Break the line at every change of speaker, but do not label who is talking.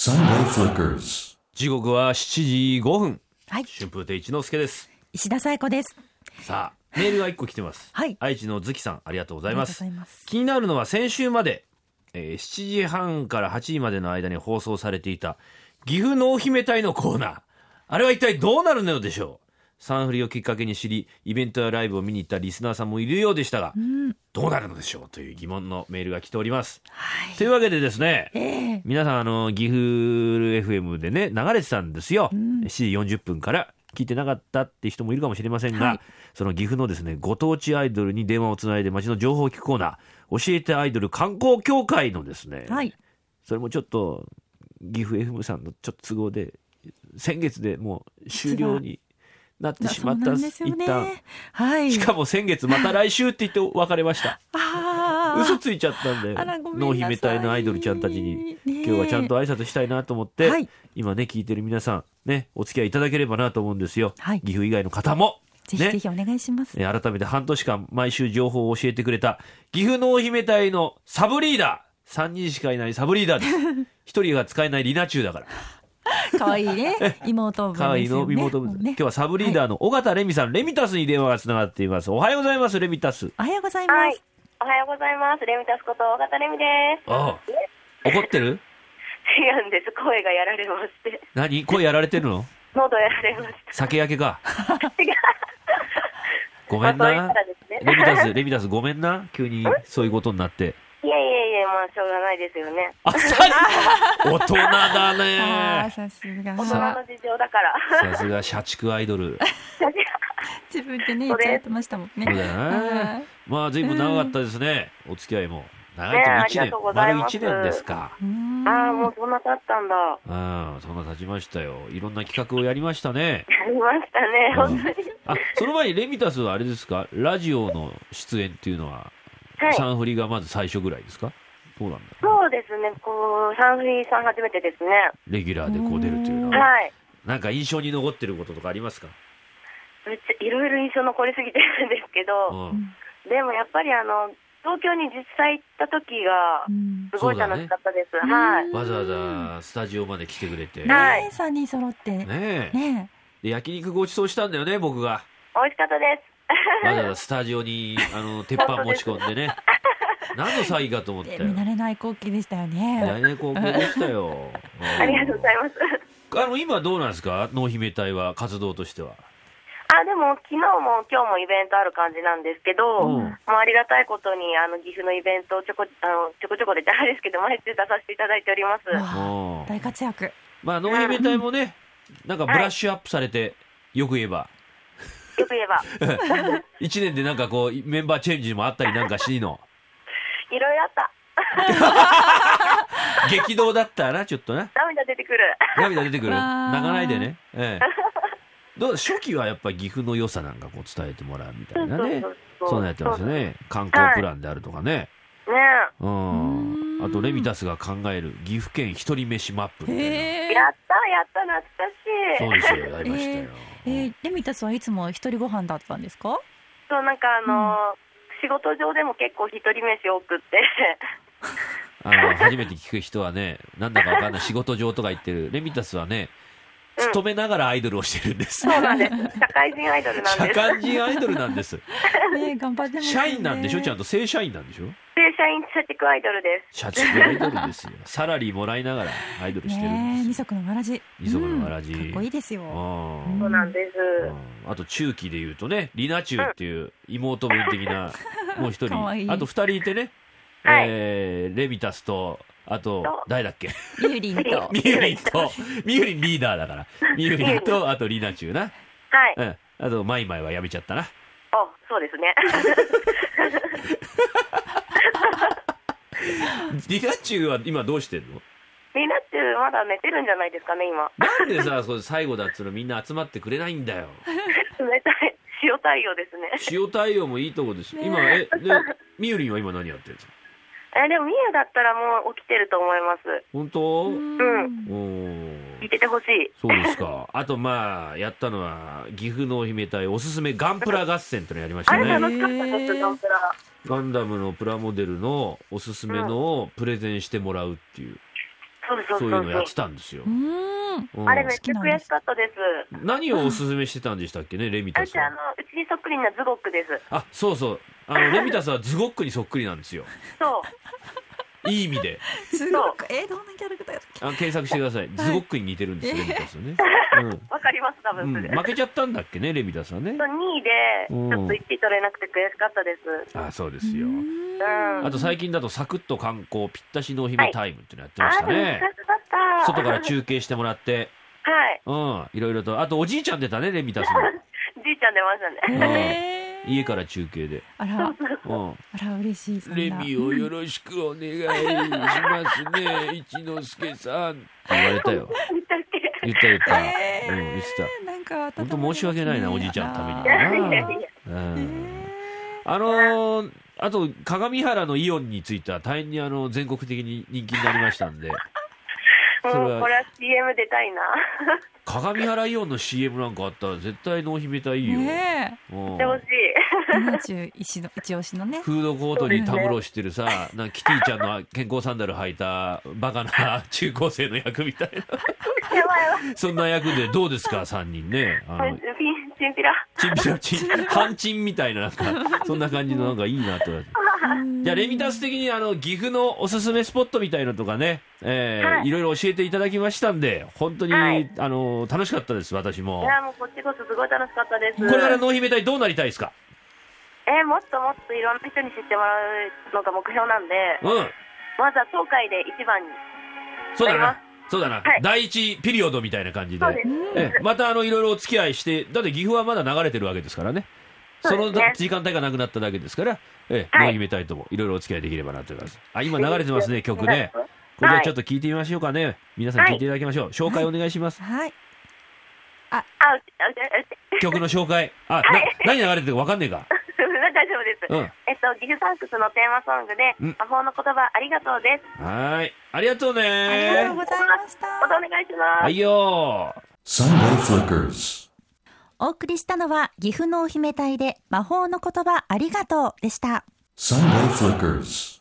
Sunday Flickers.
時刻は7時5分
はい、
春風亭一之輔です
石田紗友子です。
さあメールが1個来てます、
はい
愛知の月さんありがとうございます
ありがとうございます
気になるのは先週まで、えー7時半から8時までの間に放送されていた岐阜濃姫隊のコーナーあれは一体どうなるのでしょうサンフリをきっかけに知りイベントやライブを見に行ったリスナーさんもいるようでしたが、どうなるのでしょうという疑問のメールが来ております、
はい。
というわけでですね、
ええ
皆さんあの岐阜 FM でね流れてたんですよ、7時40分から聞いてなかったって人もいるかもしれませんが、
はい
その岐阜のですねご当地アイドルに電話をつないで街の情報を聞くコーナー教えてアイドル観光協会のですね、
はい。
それもちょっと岐阜 FM さんのちょっと都合で先月でもう終了になってしまった
そうなんですよ
一旦
ね。はい。
しかも先月また来週って言って別れました
ああ。
嘘ついちゃったんで
あらごめんなさい
濃姫隊のアイドルちゃんたちに
ね
今日はちゃんと挨拶したいなと思って、
はい
今ね聞いてる皆さんねお付き合いいただければなと思うんですよ、
はい
岐阜以外の方も。
ぜひぜひお願いします。
ねえー改めて半年間毎週情報を教えてくれた岐阜濃姫隊のサブリーダー3人しかいないサブリーダーです 一人が使えないリナチュウだから
可愛い ね。妹分ですよね。
可愛いの妹分、
もう
今
ね
日はサブリーダーの尾形レミさん、レミタスに電話がつながっていますおはようございますレミタス
おはようござい
は
ま
い
す。。
おはようございます。レミタスこと、尾形レミです。
ああ怒ってる
違うんです。声がやられまして。
何声やられてるの
喉やられました。
酒焼けか
違う。
ごめんな。
まあそういう方ですね
レミタス、レミタス、ごめんな。急にそういうことになって。
いやいやいや、まあ、しょうがないですよね。
あっさり大人だ
あ あ、
ね。
さすが
大。人
さあ
の事情だから。
さすが社畜アイドル。
自分でね、言っちゃってましたもんね。
そうだよ
は
ね。まあ、随分長かったですね。お付き合いも。長
ね
いと
あ
1年
りがとうご。ざい
丸
ます
1年ですか。
い。うーん
ああ、もうそんな経ったんだ。や
うん、そんな経ちましたよ。いろんな企画をやりましたね。
りましたね、
うん
本当に。
あ、その前にレミタスはあれですかラジオの出演っていうのは、
はい。
サンフリがまず最初ぐらいですかそうなんだ。
そうですね、こう、サンフリーさん初めてですね。
レギュラーでこう出るというのは。
はい。
なんか印象に残ってることとかありますか
めっちゃいろいろ印象残りすぎてるんですけ
う
ど、
ん。
でもやっぱりあの、東京に実際行った時が
う、ん
すごい楽しかったです。はい。
わざわざスタジオまで来てくれて。
はい
ね三人揃って。ね
ねえ。
え。
で、焼肉ごちそうしたんだよね、僕が。
美味しかったです。
わざわざスタジオに、あの、鉄板持ち込んでね。何の詐欺かと思った
で
よ
見。慣れない光景でしたよ
来
ね。
年高校でしたよ。
ありがとうございます。
あの、今どうなんですか濃姫隊は、活動としては。
あ、でも、昨日も今日もイベントある感じなんですけど、
うん
もうありがたいことに、あの、岐阜のイベントをちょこ、あの、ちょこちょこでじゃないですけど、毎週出させていただいております。
わあ
うん
大活躍。
まあ、濃姫隊もね、なんかブラッシュアップされて、よく言えば。
よく言 えば、
一年でなんかこう、メンバーチェンジもあったりなんかしいの。
いろいろあった。
激動だったな、ちょっとな。
涙出てくる。
涙出てくる
わー
泣かないでね、ええ、どう初期はやっぱり岐阜の良さなんかこう伝えてもらうみたいなね
そうそうそうそう
そんなんやってますよね観光プランであるとかね、
ね
うん
うーん
あとレミタスが考える岐阜県一人飯マップみたいな、
へ
え。やった、やった、懐かし
そうで
い。
すよやりましたよ、
えー、レミタスはいつも一人ご飯だったんですか
そう、なんかあの、仕事上でも結構一人飯多くって、
あの初めて聞く人はねなんだかわかんない仕事上とか言ってるレミタスはね
うん
勤めながらアイドルをしてるんです、
そうなんです。 社会人アイドルなん
社
です。
会人アイドルなんです
ねえ頑張ってますね
社員なんでしょちゃんと正社員なんでしょ
正社員社畜アイドルです。
社畜アイドル ですよサラリーもらいながらアイドルしてるん
ねえ
ですよ
二足のわらじ
二足のわらじ
うんかっこいいですよ
うん
そうなんです。
うんあと中期で言うとねリナチュウっていう妹分的 なもう一
かわいい
人あと二人いてね、
はい
えーレビタスとあと
と
誰だっけ
ゆりんと
みゆりんとみゆりんリーダーだからみゆりんと あとリナチュウな、
はい。
うん、あとマイマイはやめちゃったな
お、そうですね。
リナチュウは今どうしてんの
みんなってまだ寝てるんじゃないですかね、今。
なんでさそう最後だっつうのみんな集まってくれないんだよ
冷たい。塩対応ですね。
塩対応もいいとこですよ
ね
今えでみゆりんは今何やってるんですか
え、でも、みゆだったらもう起きてると思います。
本当
う
お
ん
聞い
ー
ててほしい。
そうですかあとまあやったのは岐阜のお姫隊おすすめガンプラ合戦というのやりました
あれ
ね
楽しかったです、ガンプラ。
ガンダムのプラモデルのおすすめのをプレゼンしてもらうっていう
そうそ
そ
うそうう
いうのやって
そ
たんですよ
う、ーん。
うん
う。あれめっちゃ悔しかったです。
何をおすすめしてたんでしたっけねレミ
あ
タ
う
ス
ちあ
は
のうちにそっくりなズゴックです。
あそうそうあのレミタスはズゴックにそっくりなんですよ
そう。
いい意味です
ごくえーどんなキャラクターやったっけ
あ検索してくださいズゴックに似てるんですよレミタス ね、
わかります多
う
分
ん
そ
うん
れ。
負けちゃったんだっけねレミタスはね
そう2位でち
うん
ょっと1位取れなくて悔しかったです。
あそうですよ
うーん
うん。
あと最近だとサクッと観光ぴったしのお姫タイムっていうのやってました
あーでも
ね
悔しかった。
外から中継してもらって
はい。
うんいろいろとあとおじいちゃん出たねレミタスの
じいちゃん出ましたね。
えー
家から中継で、
あ
う
ら、
ん、
あら、嬉しい。そんな
レミをよろしくお願いしますね一之助さんって言われたよ
見たっけ
言った言った、
えー
うん言って
なんか温まりますね、
ほんと申し訳ないなおじいちゃんのために
あ
い
ら
やいやいや。
た、うん
え
あのーあと鏡原のイオンについては大変にあの全国的に人気になりましたんでそれは
もうこれは CM 出たいな。
鏡原イオンの CM なんかあったら絶対濃姫たいい
ー
よ、
ね
うん
してほしい。
え、70石の一押しのね。
フードコートにたむろしてるさ、なんかキティちゃんの健康サンダル履いたバカ な中高生の役みたいな、
やばいや
そんな役でどうですか、3人ね。あ
ばい。
の
ピンチンピラ。
チンピラチン、半チンみたいな、なんか、そんな感じの、なんかいいなと。じゃあ、レミタス的に、あの、岐阜のおすすめスポットみたいのとかね、えー、
はいい
ろいろ教えていただきましたんで、本当に、
はい
あの、楽しかったです、私
い
も。
やもうこっちこそすごい楽しかったです。
これから濃姫隊どうなりたいですか
えーもっともっといろんな人に知ってもらうのが目標なんで、
うん、
まずは東海で一番に。
そうだ
やりま
な。そうだな、
はい
第一ピリオドみたいな感じ
そうです。
ええまたあのいろいろお付き合いして、だって岐阜はまだ流れてるわけですからね、
そ
そう
です
の
ね
時間帯がなくなっただけですから、ええ、
はい
ノイメタイともいろいろお付き合いできればなと思います。あ、今流れてますね、曲ね。これじゃあちょっと聞いてみましょうかね。皆さん聞いていただきましょう。紹介お願いします。
はい。
あ、うち、あうち、うち、
曲の紹介。あ、な何流れてるかわかんねえか。
大丈夫です。
うん
えっと、ギフサンクスのテーマソングで、
うん
魔法の言葉ありがとうです。
はーい。ありがとうね
ありがとうございました。
またお願いします。
はいよ
Sunday Flickers.
お送りしたのは、岐阜のお姫隊で魔法の言葉ありがとうでした。
Sunday Flickers.